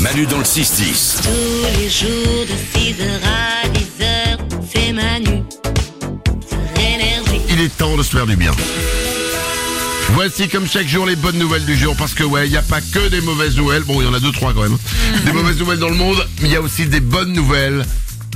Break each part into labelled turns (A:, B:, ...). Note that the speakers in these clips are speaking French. A: Manu dans le 6-10.
B: Tous les jours de 6h à 10h, c'est Manu sur énergie.
C: Il est temps de se faire du bien. Voici comme chaque jour les bonnes nouvelles du jour parce que ouais, il n'y a pas que des mauvaises nouvelles. Bon, il y en a deux trois quand même.
D: Mm.
C: Des mauvaises nouvelles dans le monde, mais il y a aussi des bonnes nouvelles.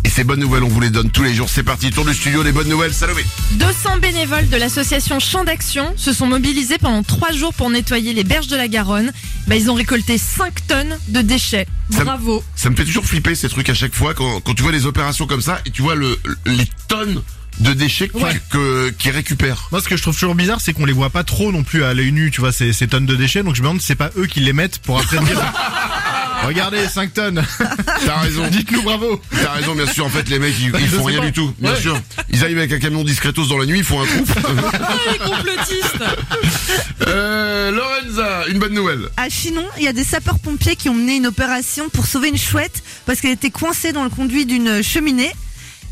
C: Et ces bonnes nouvelles, on vous les donne tous les jours. C'est parti, tour du studio des bonnes nouvelles. Salomé.
E: 200 bénévoles de l'association Champ d'Action se sont mobilisés pendant trois jours pour nettoyer les berges de la Garonne. Bah, ils ont récolté 5 tonnes de déchets.
C: Ça-
E: Bravo.
C: Ça me fait toujours flipper ces trucs à chaque fois quand, quand tu vois les opérations comme ça et tu vois le, les tonnes de déchets que-
D: Ouais.
C: que- qu'ils récupèrent.
D: Moi, ce que je trouve toujours bizarre, c'est qu'on les voit pas trop non plus à l'œil nu, tu vois, ces, ces tonnes de déchets. Donc, je me demande si c'est pas eux qui les mettent pour après dire. Regardez, 5 tonnes.
C: T'as raison.
D: Dites-nous bravo.
C: T'as raison, bien sûr. En fait, les mecs, ils, ils
D: Je
C: font
D: sais
C: rien
D: pas.
C: du tout. Bien
D: Ouais.
C: sûr. Ils arrivent avec un camion discretos dans la nuit, ils font un trou.
E: les complotistes.
C: euh, Lorenza, une bonne nouvelle.
F: À Chinon, il y a des sapeurs-pompiers qui ont mené une opération pour sauver une chouette parce qu'elle était coincée dans le conduit d'une cheminée.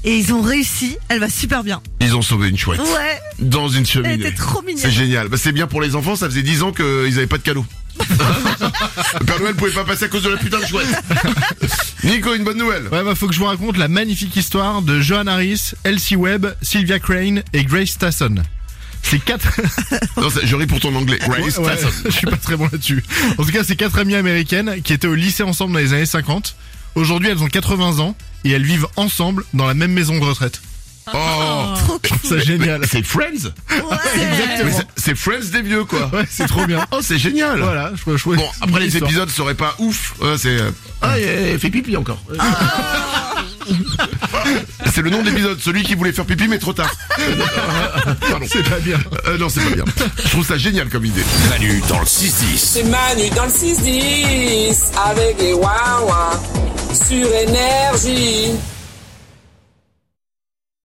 F: Et ils ont réussi, elle va super bien.
C: Ils ont sauvé une chouette.
F: Ouais,
C: Dans une cheminée.
F: elle était trop
C: C'est
F: mignonne.
C: génial. Bah, c'est bien pour les enfants, ça faisait 10 ans qu'ils avaient pas de cadeau. Le Père Noël pouvait pas passer à cause de la putain de chouette. Nico, une bonne nouvelle.
D: Ouais, bah, faut que je vous raconte la magnifique histoire de Johan Harris, Elsie Webb, Sylvia Crane et Grace Tasson. Ces quatre,
C: Non, c'est- je ris pour ton anglais. Grace
D: Ouais, ouais,
C: Tyson.
D: je suis pas très bon là-dessus. En tout cas, ces quatre amies américaines qui étaient au lycée ensemble dans les années 50. Aujourd'hui, elles ont 80 ans et elles vivent ensemble dans la même maison de retraite.
C: Oh.
F: Trop cool.
D: C'est génial.
C: C'est Friends
F: Ouais.
C: Mais c'est- C'est Friends des vieux, quoi.
D: Ouais, c'est trop bien.
C: Oh, c'est génial.
D: Voilà, je, je
C: Bon, après les
D: histoire.
C: épisodes seraient pas ouf. Ouais, c'est. euh, Ah, elle fait pipi encore. c'est le nom de l'épisode, celui qui voulait faire pipi mais trop tard. Pardon.
D: C'est pas bien.
C: Euh, non, c'est pas bien. Je trouve ça génial comme idée.
A: Manu dans le 6-10.
G: C'est Manu dans le 6-10 avec les Wawa sur énergie.